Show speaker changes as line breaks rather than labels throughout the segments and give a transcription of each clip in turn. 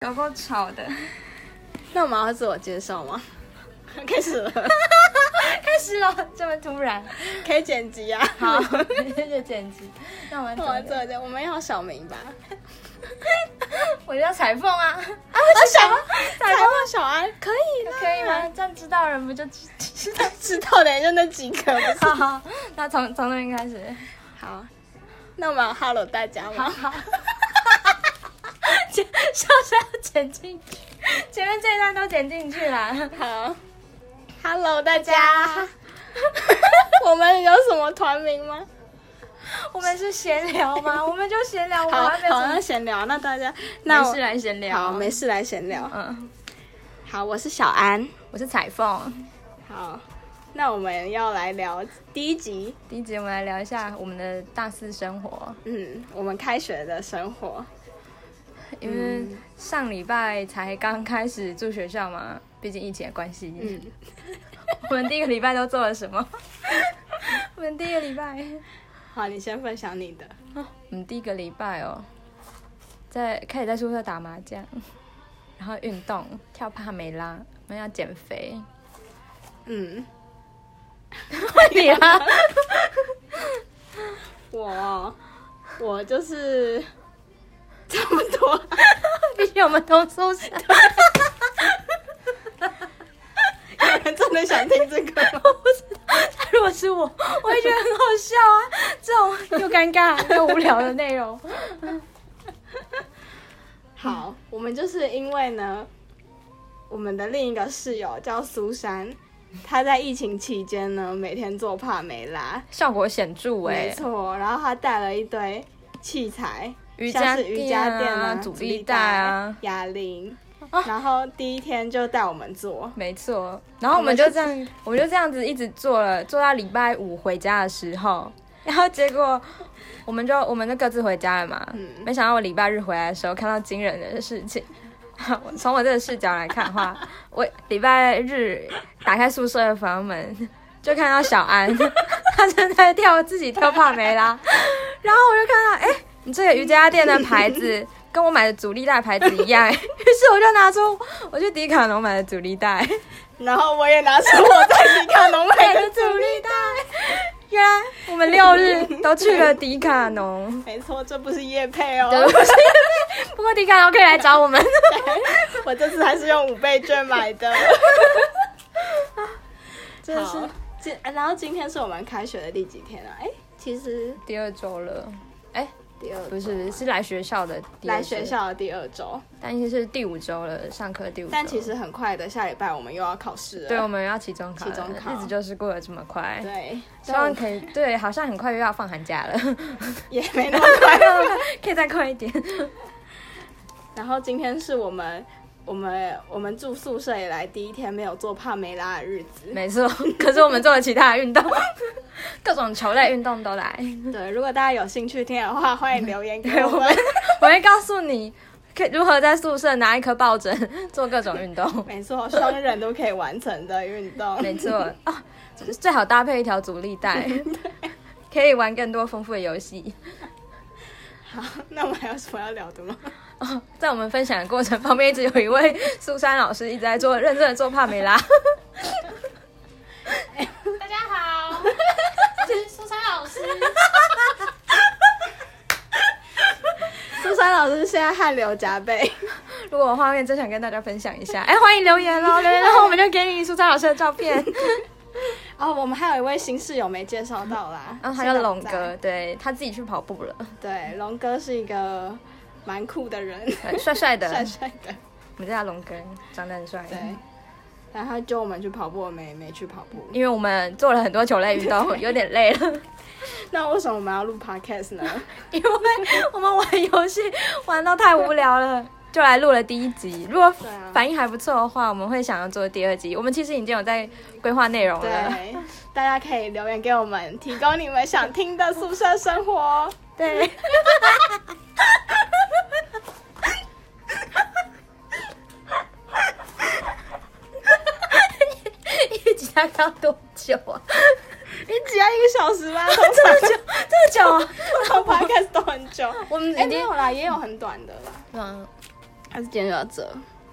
有够吵的。
那我们要自我介绍吗？开始 了，
开始了，这么突然。
可以剪辑啊。
好，就剪辑。那我们
我
怎
们
么
自我介，我们要小明吧？
啊我叫裁缝啊，啊，
我想
采
采
访
访小安，可以啦
可以吗？？这样知道人不就知 知道？
知道的就那几个。不 是
好好，那从从那边开始。
好，那我们 hello 大家
好
吗？
好， 剪笑声要剪进去，前面这一段都剪进去 啦。
好，hello 大家。 我们有什么团名吗？
我们是闲聊吗？我们就闲聊，我
好，
们还没
好，那
有
闲聊。那大家，那
没
我
事来闲聊。
好，没事来闲聊。
嗯，
好，我是小安。
我是彩凤。
好，那我们要来聊第一集，
第一集我们来聊一下我们的大四生活，
嗯，我们开学的生活。
因为上礼拜才刚开始住学校嘛，毕竟疫情的关系。
嗯，
我们第一个礼拜都做了什 么？我们第一个礼拜，
好，你先分享你的。
我们第一个礼拜哦，在开始在宿舍打麻将，然后运动、跳帕梅拉，我们要减肥。
嗯，
换 你啊！
我我就是 差不多。
毕竟我们同宿舍，
有人真的想听这个 吗？
如果是我，我会觉得很好笑啊，这种又尴尬又无聊的内容。
好，我们就是因为呢，我们的另一个室友叫苏珊，她在疫情期间呢，每天做帕梅拉，
效果显著哎、
没错，然后她带了一堆器材，
瑜
像
伽
是瑜伽垫
啊、
阻
阻
力
力带啊，
哑铃，
哦
然后第一天就带我们做，
没错。然后我们就这样，我们就这样子一直做了，做到礼拜五回家的时候，然后结果我们就我们就各自回家了嘛。
嗯
没想到我礼拜日回来的时候看到惊人的事情。我从我这个视角来看的话，我礼拜日打开宿舍的房门，就看到小安， 他正在跳自己跳帕梅拉，然后我就看到，哎、你这个瑜伽垫的牌 子跟我买的阻力带牌子一样、哎，于是我就拿出我去迪卡侬买的阻力带，
然后我也拿出我在迪卡侬买
买
的
的阻力带，原来啊我们六日都去了迪卡 侬，
没错，这不是叶配哦，
对不起不过迪卡侬可以来找我们。
我这次还是用五倍券买 的。
真的是
好今然后今天是我们开学的第几天啊？哎、其实
第二周了，哎、
第二周
不是，是来学校的第二
来
周
学，校的第二周，
但应该是第五周了，上课第五周。
但其实很快的，下礼拜我们哎又要考试了。
对，我们要期中考了，
期中考
日子就是过得这么快。
对，
希望可以，对，好像很快又要放寒假 了，
也没那么快。
可以再快一点。
然后今天是我们我们我们住宿舍以来第一天没有做帕梅拉的日子。
没错，可是我们做了其他的运动，各种球类运动都来。
对，如果大家有兴趣听的话，欢迎留言给
对，
我
我
们
们。我会告诉你，可以如何在宿舍拿一颗抱枕 做各种运 动。
没错，双人都可以完成的运 动。
没错啊，最好搭配一条阻力带，可以玩更多丰富的游戏。
那我们还有什么要聊的吗？
哦，在我们分享的过程方面，一直有一位苏珊老师一直在做认真的做帕梅拉，
大家好，我是苏珊老师。
苏珊老师现在汗流浃背。
如果有画面真想跟大家分享一下，哎，欢迎留言喽，留言然后我们就给你苏珊老师的照片。
哦，我们还有一位新室友没介绍到啦，
然后他
现
叫
在不
哦龙
在
哥，。对他自己去跑步了，
对，龙哥是一个蛮酷的人，
对 帅帅的，
帅帅的。
我们叫他龙哥，长得很帅。
对，然后他揪我们去跑步，我们也没去跑步。
因为我们做了很多球类运动，有点 累了。
那为什么我们要录 podcast 呢？
因为我们玩游戏玩到太无聊了，就来录了第一集。如果
对啊
反应还不错的话，我们会想要做第二集。我们其实已经有在规划内容了。
对，大家可以留言给我们，提供你们想听的宿舍 生活。
对，一集要刚多久啊？
你只要一个 小时吗？
这么久，这么久啊？
通常 podcast 都很久。
我们
哎，
已
没
经
有啦，也有很短的啦。
嗯，
还是今天就到这？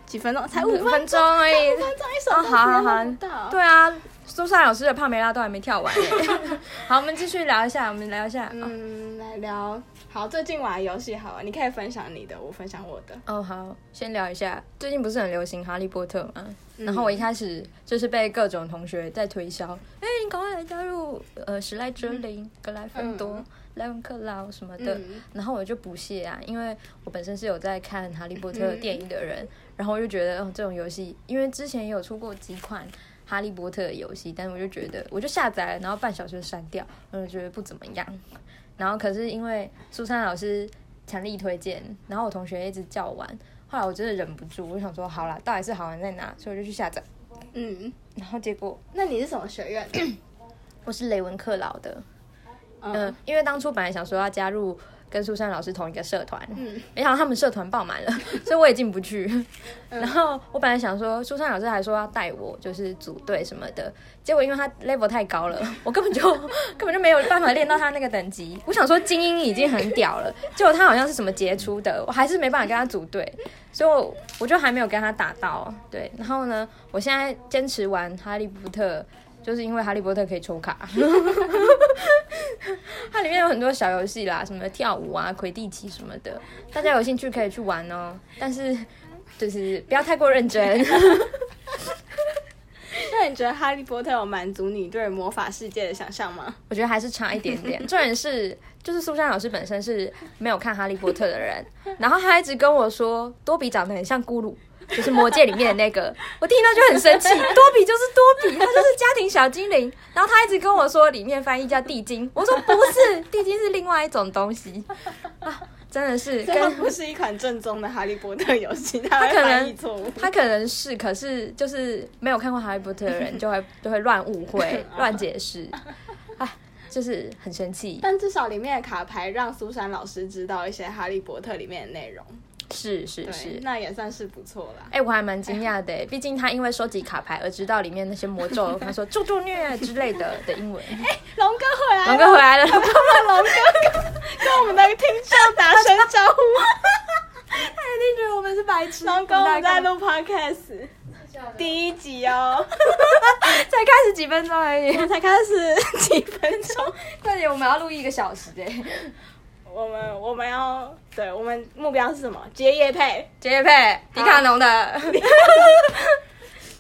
几分钟？才五
五分
分
钟而已
五分钟一首歌
哦好好好
都不到
对啊，苏珊老师的帕梅拉都还没跳完耶。 好，我们继续聊一下，我们聊一下。哦
嗯，来聊。好，最近玩的游戏好玩，你可以分享你的，我分享我的。
哦，好，先聊一下，最近不是很流行《哈利波特》吗？
嗯
然后我一开始就是被各种同学在推销，哎、你赶快来加入呃史莱哲林、格莱芬多、
嗯
莱文克劳什么的。
嗯
然后我就不屑啊，因为我本身是有在看《哈利波特》电影的人，然后我就觉得、哦、这种游戏，因为之前也有出过几款《哈利波特》的游戏，但我就觉得我就下载了，然后半小时就删掉，我就觉得不怎么样。 然后可是因为苏珊老师强力推荐，然后我同学一直叫玩，后来我真的忍不住，我就想说好啦，到底是好玩在哪？所以我就去下载，
嗯，
然后结果
那你是什么学院的？
我是雷文克劳的，嗯、
嗯
因为当初本来想说要加入跟苏珊老师同一个社团，
嗯
没想到他们社团爆满了，所以我也进不去。 然后我本来想说，苏珊老师还说要带我，就是组队什么的，结果因为他 level 太高了，我根本就 根本就没有办法练到他那个等级。我想说精英已经很屌了，结果他好像是什么杰出的，我还是没办法跟他组队，所以我我就还没有跟他打到。对，然后呢，我现在坚持玩哈利波特。就是因为哈利波特可以抽卡， 它里面有很多小游戏啦，什么跳舞啊、魁地奇什么的，大家有兴趣可以去玩哦。但是就是不要太过认真。
那你觉得《哈利波特》有满足你对魔法世界的想象吗？
我觉得还是差一点点。 重点是，就是苏珊老师本身是没有看《哈利波特》的人， 然后她一直跟我说多比长得很像咕噜， 就是《魔戒》里面的那个。我听到就很生气， 多比就是多比，他就是家庭小精灵。然后她一直跟我说里面翻译叫地精，我说不是，地精是另外一种东西 啊，真的是
这它
跟
不是一款正宗的《哈利波特》游戏，它
它
会
可能
翻译错误。
他可能是，可是就是没有看过《哈利波特》的 人就会就会乱误会、乱解释， 哎，就是很生气。
但至少里面的卡牌让苏珊老师知道一些《哈利波特》里面的内容，
是是
对，
是。
那也算是不错啦。
哎、我还蛮惊讶的，毕竟他因为收集卡牌而知道里面那些魔咒，他说“咒咒虐”之类的的英文。
龙哥回来
龙
了，
哥回来了，
哎龙哥跟我们的听众打声招 呼。
定觉得我们是白痴
龙哥，我们在录 podcast 第一集哦，
才开始几分钟而已，
才开始几分 钟，
快点，我们要录一个小时哎。
我们我们要对，我们目标是什么？接业配。
杰佩，迪卡侬的，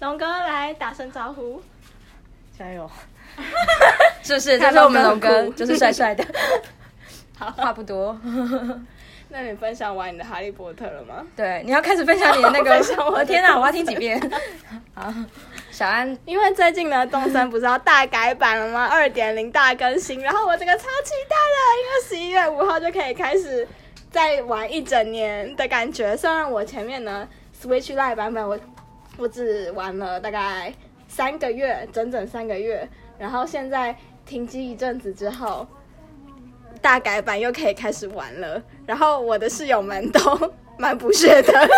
龙哥来打声招呼，
加油！
是不是？这
看
是我们龙
龙哥
哥
很，酷
就是帅帅 的。好，话不多。
那你分享完你的哈利波特了吗？
对，你要开始分享你的那个
分享我的
我天哪，我要听几 遍。好，小安，
因为最近呢，动森不是要大改版了 吗？二点零大更新，然后我这个超期待的，因为十一月五号就可以开始再玩一整年的感觉。虽然我前面呢 Switch Lite 版本我我只玩了大概三个月，整整三个月，然后现在停机一阵子之后，大改版又可以开始玩了。然后我的室友们都蛮不屑的，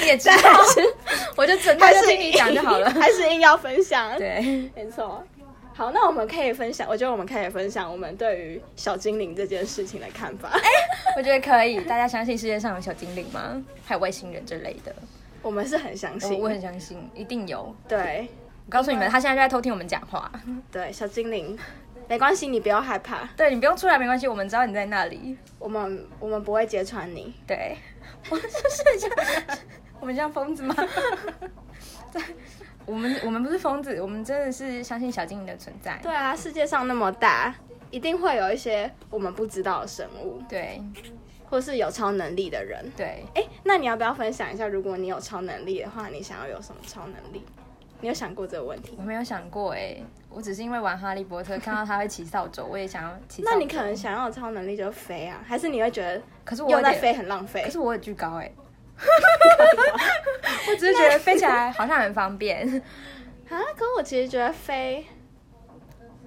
你 也知道
但，是
我 就整
还。
天就是听你讲就好了
还是硬要分 享。
对，
没错。好，那我们可以分享，我觉得我们可以分享我们对于小精灵这件事情的看法。哎、
我觉得可以。大家相信世界上有小精灵吗？还有外星人之类的，
我们是很相
我
信，
我很相信，一定有。
对
我告诉你们，他现在就在偷听我们讲话。
对，小精灵，没关系，你不要害怕，
对你不用出来没关系，我们知道你在那里。
我们我们不会揭穿你。
对，我就是很像，我们像疯子吗？对，我们我们不是疯子，我们真的是相信小精灵的存在。
对啊，世界上那么大，一定会有一些我们不知道的生物，
对
或是有超能力的人。
对，
哎、那你要不要分享一下，如果你有超能力的话，你想要有什么超能力？你有想过这个问题
我？没有想过哎、我只是因为玩哈利波特看到他会骑扫帚，我也想要骑扫帚。
那你可能想要的超能力就是飞啊，还是你会觉得
可是我有
又在
点
飞，很浪费
可？是我有巨高 哎、我只是觉得飞起来好像很方便。
啊，可我其实觉得飞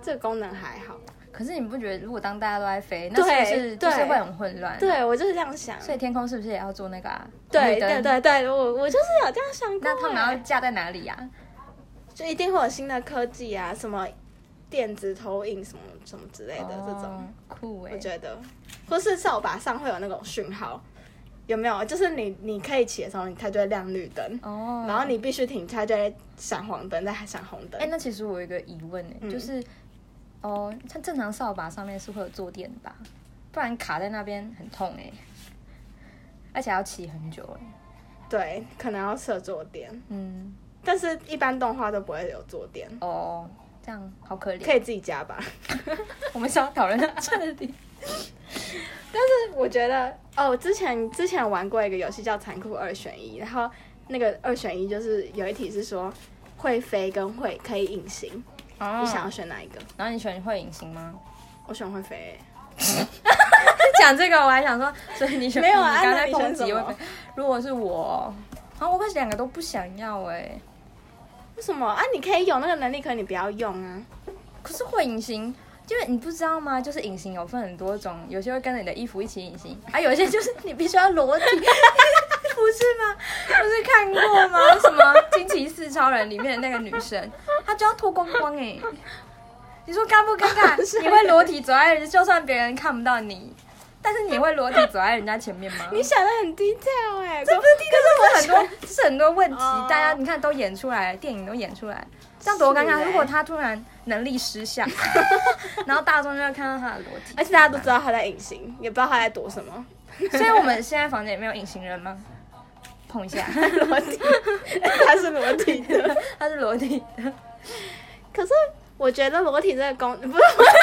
这个功能还好。
可是你不觉得如果当大家都在飞，那
对
是不是就是
对
会很混乱？，啊
对我就是这样想。
所以天空是不是也要做那个、啊、
对
绿灯
对。对对，我我就是有这样想过。
那他们
哎
要架在哪里啊呀、
就一定会有新的科技啊，什么电子投影什么什么之类的、这种，
哦哦酷哎、
我觉得，或是扫把上会有那种讯号，有没有？就是你你可以骑的时候，你它就会亮绿灯，
哦
然后你必须停，它就会闪黄灯，再闪红灯。
哎、那其实我有一个疑问哎、
嗯
就是哦，它正常扫把上面是会有坐垫吧？不然卡在那边很痛哎、而且要骑很久哎、
对，可能要设坐垫，
嗯，
但是一般动画都不会有坐垫，
哦，这样好可怜。
可以自己加吧。
我们想讨论到这 里。
我觉得哦，之前之前玩过一个游戏叫《残酷二选一》，然后那个二选一就是有一题是说会飞跟会可以隐形，
哦
你想要选哪一个？
然后你选会隐形吗？
我选会飞、
讲这个我还想说，所以你选
没有啊
你刚
那
才
你选
抨击
什
会
么
被。如果是我，啊，我会两个都不想要哎、
为什么啊？你可以有那个能力，可你不要用啊。
可是会隐形，就是你不知道吗？就是隐形有分很多种，有些会跟着你的衣服一起隐形， 啊，有一些就是你必须要裸体，
啊
不是吗？ 不是看过吗？什么《惊奇四超人》里面的那个女生，她就要脱光光哎、你说尴不尴 尬？你会裸体走在人，就算别人看不到你，但是你会裸体走在人家前面吗？
你想的很 detail 哎、
这不是第一个，这是我很 多，这是很多问题
哦，
大家你看都演出来了，电影都演出来了，这样多尴
是
尬！
欸
如果他突然能力失 效，然后大众就会看到他的裸体，
而且大家都知道他在隐形，也不知道他在躲什么。
所以我们现在房间里面有隐形人吗？碰一下，
裸体， 他是裸体的。
他是裸体 的，
可是我觉得裸体这个功 不是我裸体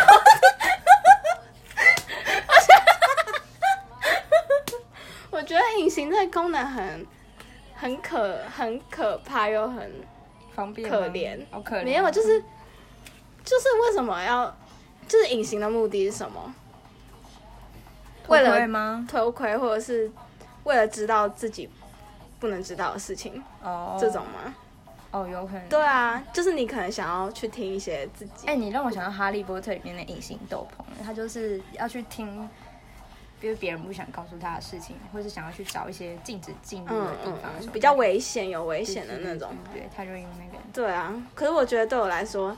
我觉得隐形这个功能很很可很可怕又很
方便吗
可怜，
好可怜。
没有，就是就是为什么要就是隐形的目的是什么？
为
为
了
了
吗？
偷窥或者是为了知道自己不能知道的事情，
哦，
这种吗？
哦，有可能。
对啊，就是你可能想要去听一些自己
哎、你让我想到《哈利波特》里面的隐形斗篷，他就是要去听，因为别人不想告诉他的事情，或是想要去找一些禁止进入的
嗯
地
嗯
方，
嗯比较危险有危险的那种。
对，他就用那个。
对啊，可是我觉得对我来说，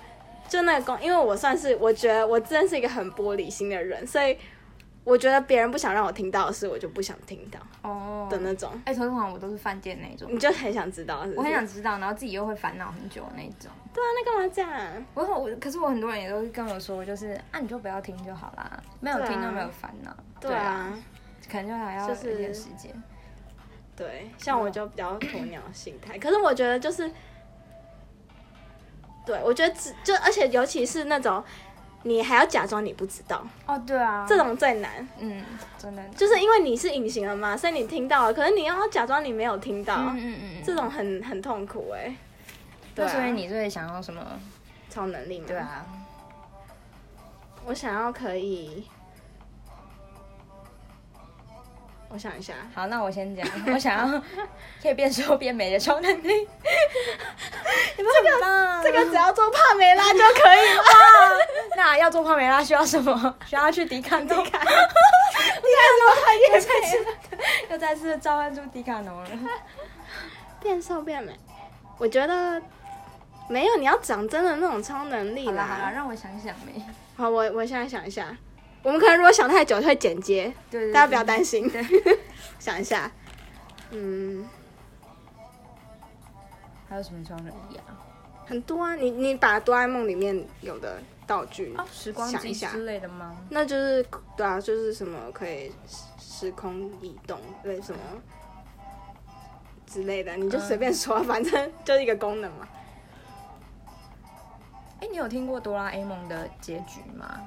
就那个工，因为我算是我觉得我真是一个很玻璃心的人，所以我觉得别人不想让我听到的事，我就不想听到
哦
的那种。
哎、通常我都是犯贱那一种
你，就很想知道是不是
我很想知道，然后自己又会烦恼很久那一种。
对啊，那干嘛这样啊？
我我可是我很多人也都是跟我说，就是啊，你就不要听就好啦，没有
对啊
听就没有烦恼。
对啊，
可能就还要
就
一
是
点时间。
对，像我就比较鸵鸟心态，可是我觉得就是，对我觉得只就而且尤其是那种你还要假装你不知道，
哦，对啊，
这种最难。
嗯，真的
就是因为你是隐形了嘛，所以你听到了，可是你要假装你没有听到，
嗯嗯嗯嗯，
这种很很痛苦哎、对
那
啊
所以你最想要什么？
超能力嘛，
对，啊，
我想要可以，我想一下，
好，那我先讲，我想要可以变瘦变美的超能力。你们这个
这个只要做帕梅拉就可以 了。
那要做帕梅拉需要什么？需 要去迪卡侬。
看，你看什么很
又
也
再次又再次召唤出迪卡侬了。
变瘦变美？我觉得没有，你要长真的那种超能力
好啦
啦。
好啦，让我想想呗。
好我我现在想一下，我们可能如果想太久会剪接，
对对，
大家不要担心。 想一下，嗯。
心。还有什么超能力啊？
很多啊，你你把哆啦 A 梦里面有的道具，
哦，时光
想一
机
下
之类的吗？
那就是对啊，就是什么可以时时空移动，对什么之类的，你就随便说啊、反正就是一个功能嘛。
哎，你有听过哆啦 A 梦的结局吗？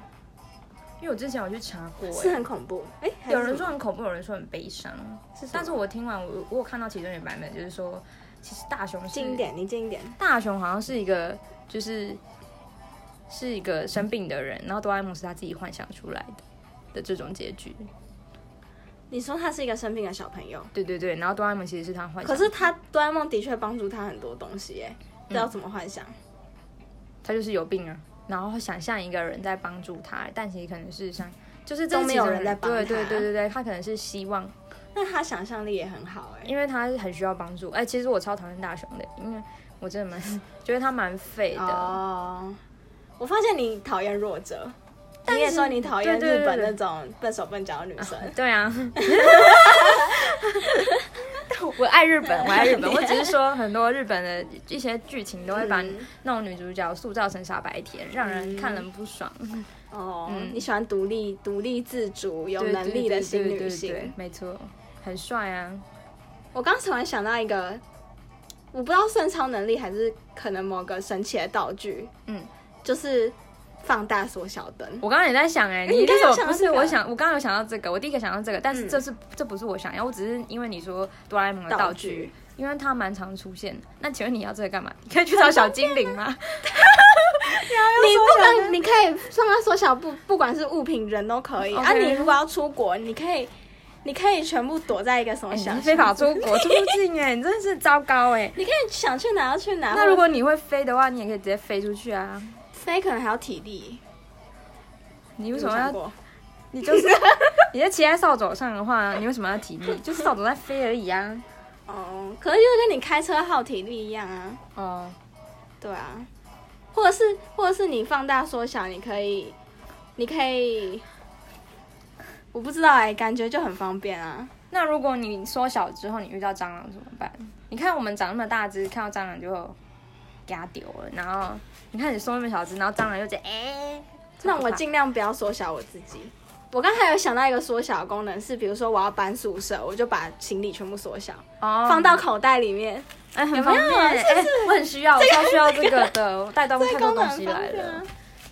因为我之前有去查 过，
是
诶
很恐怖，哎、还是
有人
什
说
么
很恐怖，有人说很悲伤。
是什么，
但是我听完，我我有看到其中一个版本，就是说，其实大雄是
近一点，你近一点，
大雄好像是一个就是是一个生病的人，然后哆啦 A 梦是他自己幻想出来的的这种结局。
你说他是一个生病的小朋友，
对对对，然后哆啦 A 梦其实是他幻想，
可是他哆啦 A 梦的确帮助他很多东西，哎，知道怎么幻想？
他就是有病啊，然后想象一个人在帮助他，但其实可能是像就是
都
这
没
其
有
中
人在帮
对对
他
对对对，他可能是希望，
那他想象力也很好，哎，
因为他很需要帮助。哎、其实我超讨厌大雄的，因为哎我真的 蛮觉得他蛮废的。
哦哦，我发现你讨厌弱者。你也说你讨厌
对对
日
对
本
对
那种笨手笨脚的女生，
对 啊，我爱日本，我爱日本。我只是说，很多日本的一些剧情都会把
嗯
那种女主角塑造成小白甜，让人看人不爽。
哦，
嗯
你喜欢独立、独立自主、有
对
能力的新女，
对对对对对
性。
没错，很帅啊！
我刚突然想到一个，我不知道算超能力还是可能某个神奇的道具，
嗯，
就是放大缩小灯。
我刚刚也在想、哎，
你
你
刚
那
刚有
种
想到
不
这
是
个啊
我想，我刚刚有想到这个，我第一个想到这个，但是
嗯
这是、这不是我想要，我只是因为你说哆啦 A 梦的道
道
具
具，
因为它蛮常出现的。那请问你要这个干嘛？你 可以去找小精灵 吗？
你不能，你可以放大缩小，不不管是物品、人都可以。
OK
啊，你如果要出国，你可以，你可以全部躲在一个什么
哎你
小
是非法
箱子
出国出境哎、你真的是糟糕哎、
你可以想去哪就去哪。
那如果你会飞的话，你也可以直接飞出去啊！
飞，可能还要体力。
你为
为
什么要？你就是 你在骑在扫帚上的话，你为什么要体力？就是扫帚在飞而已啊！
哦，可是就是跟你开车耗体力一样啊。
哦，
对啊，或者是或者是你放大缩小，你可以，你可以，我不知道哎、感觉就很方便啊。
那如果你缩小之后，你遇到蟑螂怎么办？你看我们长那么大只，看到蟑螂就给它丢了，然后你看你缩那么小只，然后蟑螂又直接哎，
那
超可
我
怕
尽量不要缩小我自己。我刚才有想到一个缩小的功能是，比如说我要搬宿舍，我就把行李全部缩小，
哦
放到口袋里面，
哎很
有没
方
有
便哎、
是不是
我很需要，我超需要这个的，我带到
这
太
个
多
功能
东
很
西来
方便
了
啊。。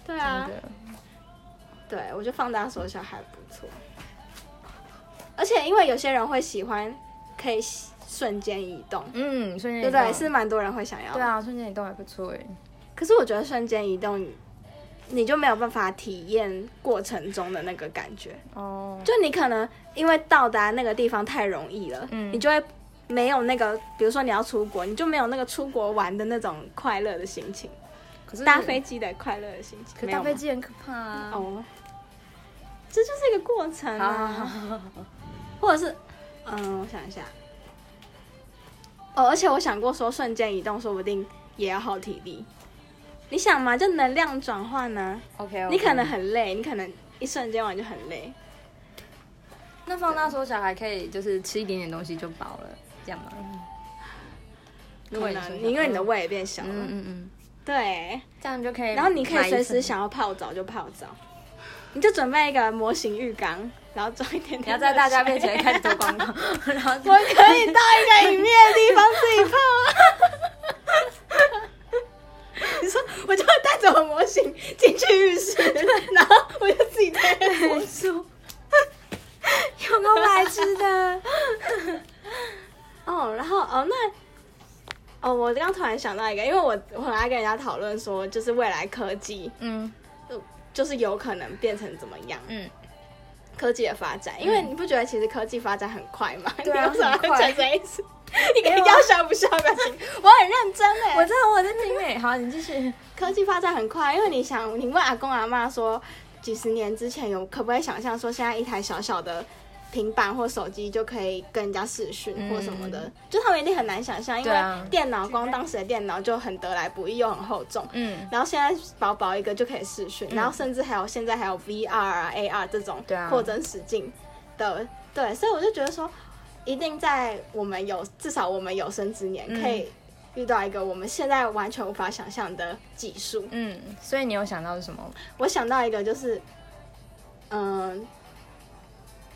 对
真
啊，
的
对我觉得放大缩小还不错。而且因为有些人会喜欢可以瞬间移动，
嗯，瞬间
对
移
不对？
动
是蛮多人会想要的。
对啊，瞬间移动还不错哎。
可是我觉得瞬间移动，你就没有办法体验过程中的那个感觉。
哦，
就你可能因为到达那个地方太容易了，
嗯
你就会没有那个，比如说你要出国，你就没有那个出国玩的那种快乐的心情，
可是
搭飞，机的快乐的心情。
嗯可是
没有
搭
吗
飞机很可怕啊。
哦，这就是一个过程
好好好
啊，
好好
或者是嗯，我想一下。哦，而且我想过说瞬间移动说不定也要耗体力，你想嘛，就能量转换呢、
，OK，
你可能很累，你可能一瞬间玩就很累。
那放大缩小还可以，就是吃一点点东西就饱了，这样吗？如果
可
你
能
说
因为你的，胃也变小了，
嗯嗯嗯，
对，
这样就可以。
然后你可以随时，想要泡澡就泡澡，你就准备一个模型浴缸，然后装一点点。
你要在大家面前开始做 广告，然后
我可以到一个隐秘的地方自己泡啊。你说，我就带着我模型进去浴室，然后我就自己在那边
书，有够白痴的。
哦，然后哦，那哦，我刚突然想到一个，因为我我很爱跟人家讨论说，就是未来科技呃
嗯
就是有可能变成怎么样，
嗯，
科技的发展，因为你不觉得其实科技发展很快吗？
对啊
你为什么
很
会
快啊
产生一次一个要笑不笑的表情？我很认真哎，
我知道我在听诶。好，你继续。
科技发展很快，因为你想，你问阿公阿妈说，几十年之前有可不可以想象说，现在一台小小的平板或手机就可以跟人家视讯
嗯
或什么的，就他们一定很难想象，因
对啊
为电脑光当时的电脑就很得来不易又很厚重。
嗯，
然后现在薄薄一个就可以视讯，
嗯
然后甚至还有现在还有 VR 啊、AR 这种
对啊
扩增实境的，对，所以我就觉得说，一定在我们有至少我们有生之年
嗯
可以遇到一个我们现在完全无法想象的技术。
嗯，所以你有想到是什么？
我想到一个就是，嗯、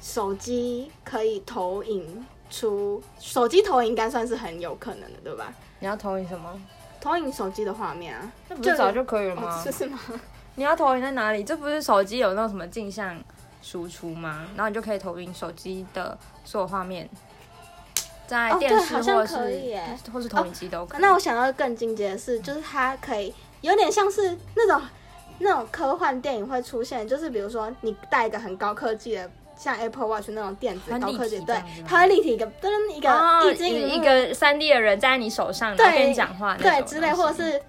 手机可以投影出手机投影应该算是很有可能的，对吧？
你要投影什么？
投影手机的画面啊，
那不是早就可以了
哦
吗？
是是吗？
你要投影在哪里？这不是手机有那种什么镜像输出吗？然后你就可以投影手机的所有画面，在
哦
电
对
视
好
或
像
者
可
是
以耶哦
或是投影机都可以。
那我想到更进阶的是，就是它可以有点像是那种那种科幻电影会出现，就是比如说你戴一个很高科技的，像 Apple Watch 那种电子
很立
高
体
科技，
这
对
样子吗，
它会立体一个噔一
哦
个液晶
一
屏
一个三 D 的人站在你手上，然后
对
跟你讲话那种
对
东西，
之类，或者是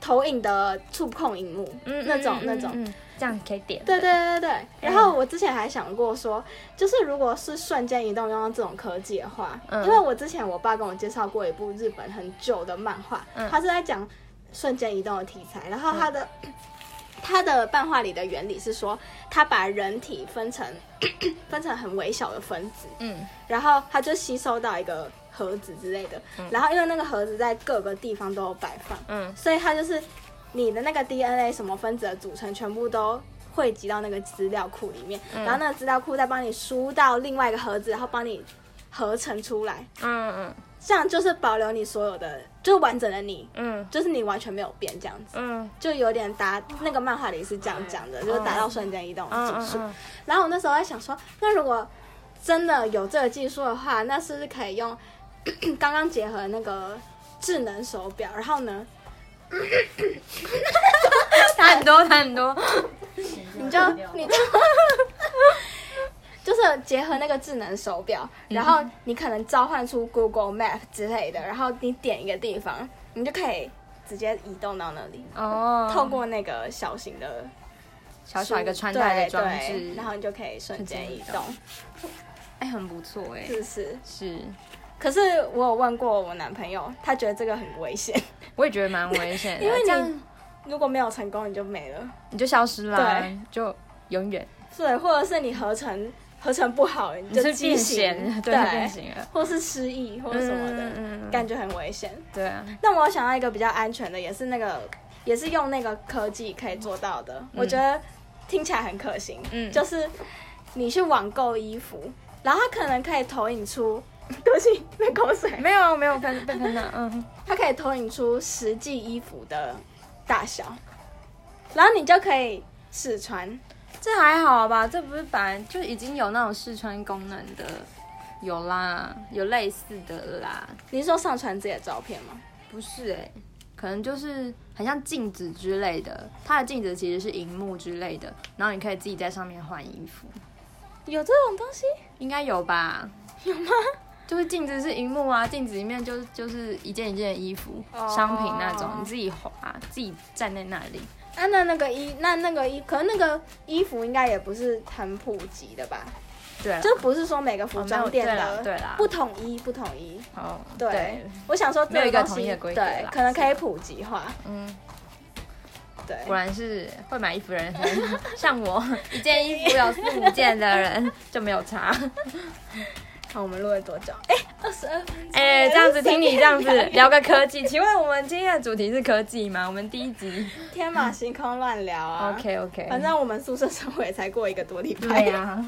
投影的触控荧幕，
嗯
那种
嗯
那种
嗯嗯这样可以点。
对对对对
嗯
对。然后我之前还想过说，就是如果是瞬间移动用到这种科技的话，
嗯
因为我之前我爸跟我介绍过一部日本很旧的漫画，
嗯
他是在讲瞬间移动的题材，然后他的。它 它的漫画里的原理是说，它把人体分成 分成很微小的分子，
嗯，
然后它就吸收到一个盒子之类的，然后因为那个盒子在各个地方都有摆放，
嗯
所以它就是你的那个 DNA 什么分子的组成全部都汇集到那个资料库里面，
嗯
然后那个资料库再帮你输到另外一个盒子，然后帮你合成出来，
嗯
这样就是保留你所有的，就是完整的你，
嗯
就是你完全没有变这样子，
嗯
就有点达那个漫画里是这样讲的，就是达到瞬间移动的技术。
嗯
然后我那时候在想说，那如果真的有这个技术的话，那是不是可以用 刚刚结合那个智能手表？然后呢，
他很多他很多，
你就你就 就是结合那个智能手表，
嗯
然后你可能召唤出 Google Map 之类的，然后你点一个地方，你就可以直接移动到那里，
哦，
透过那个小型的
小小一个穿戴的装
对
置
对，然后你就可以瞬间移动，
哎，很不错哎
是，不是？
是，
可是我有问过我男朋友，他觉得这个很危险，
我也觉得蛮危险的，
因为
这样
你如果没有成功，你就没了。
你就消失啦
对，
就永远
对，或者是你合成合成不好，你
你
就是畸
变
形，
形，对，变形了，
或是失忆或者什么的，
嗯嗯
感觉很危险。
对啊，
但我有想到一个比较安全的，也是那个也是用那个科技可以做到的，我觉得听起来很可行。
嗯
就是你去网购衣服，然后它可能可以投影出，对不起，那口水，
没有没有喷被喷到，嗯，
它可以投影出实际衣服的大小，然后你就可以试穿。
这还好吧？这不是本来就已经有那种试穿功能的，有啦，有类似的啦，
你是说上传自己的照片吗？
不是哎、可能就是很像镜子之类的，它的镜子其实是荧幕之类的，然后你可以自己在上面换衣服，
有这种东西？
应该有吧？有吗？ 就是镜子是荧幕啊，镜子里面就是就是一件一件的衣服、
哦
商品那种，你自己划，自己站在那里。
啊，那那个衣，那那个衣，可那个衣服应该也不是很普及的吧？
对啊啦，
就不是说每个服装店
哦没
的、
有对啦对啦
不统一，不统一。
好，
对，我想说这
没有一个
东西
统一的规格
对
啦，
可能可以普及化。
嗯，
对，
果然是会买衣服的 人，像我一件衣服有四五件的人就没有差。
好，我们录了多久？哎、二十二分钟。
哎、这样子听你这样子聊个科技，请问我们今天的主题是科技吗？我们第一集
天马行空乱聊 啊。
，OK OK，
反正我们宿舍生活也才过一个多礼拜。
对呀、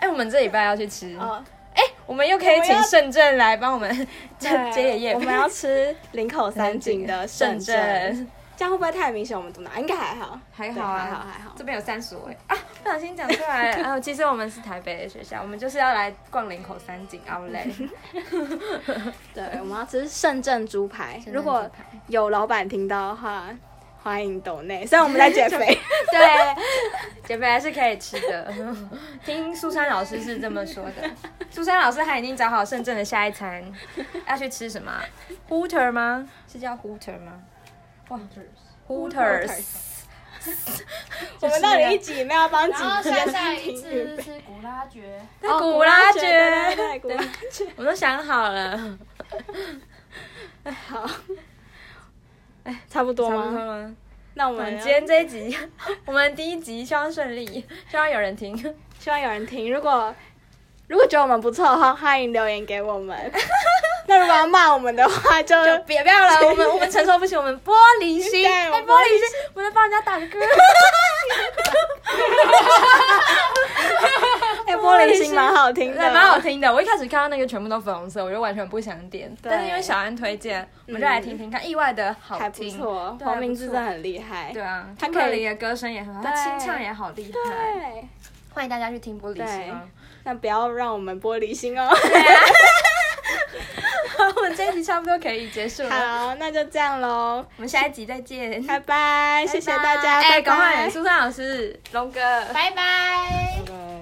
哎、我们这礼拜要去吃，
哦，
我们又可以
我们
请
要
圣正来帮我们 接
对
接爷爷。
我们要吃林口三井的圣
圣
正，这样会不会太明显？我们读哪？应该还好，
还
对
好啊，
还好，还好。
这边有三所哎啊，不小心讲出 来了。啊，其实我们是台北的学校，我们就是要来逛林口三井 Outlet。
对，我们要吃圣正猪排。如果有老板听到的话，欢迎抖内。虽然我们在减肥，
对，减肥还是可以吃的。听苏珊老师是这么说的。苏珊老师她已经找好深圳的下一餐，要去吃什么啊？Hooter 吗？是叫 Hooter 吗？哇，Hooters，
我们到底一集没有帮
然后
几
下
天
下
暂
一
停
次
预
是
备？
吃古拉爵，
哦古拉
爵，
爵
对对对古拉爵。
我都想好了，
好，哎，差不多
差不多
吗？
吗？
那我
我
们
们今
今
天
天
这一集， 我们第一集希望顺利，希望有人 听。
希望有人听，如果如果觉得我们不错的话，欢迎留言给我们。那如果要骂我们的话，就
就别不要了，我们我们承受不起，我们玻璃心，
对
哎，
我
玻
们
璃心，我在帮人家打歌，
哎，玻璃心蛮好听
对，
的，
蛮好。听的。我一开始看到那个全部都粉红色，我就完全不想点，
对嗯
但是因为小安推荐，我们就来听听看，意外的好
还不
听，
错，
对
黄明志真的。
还不错
很厉害。
对啊，
他
他
可以
可怜的歌声也很好，他
对
清唱也好厉害，
对，
欢迎大家去听玻璃心哦。
那不要让我们玻璃心哦。
啊我们这一集差不多可以结束了，
好，那就这样喽，
我们下一集再见，
拜拜，谢谢大家，
哎，
拜
赶
拜
快，苏珊老师、龙哥，
拜拜。
拜拜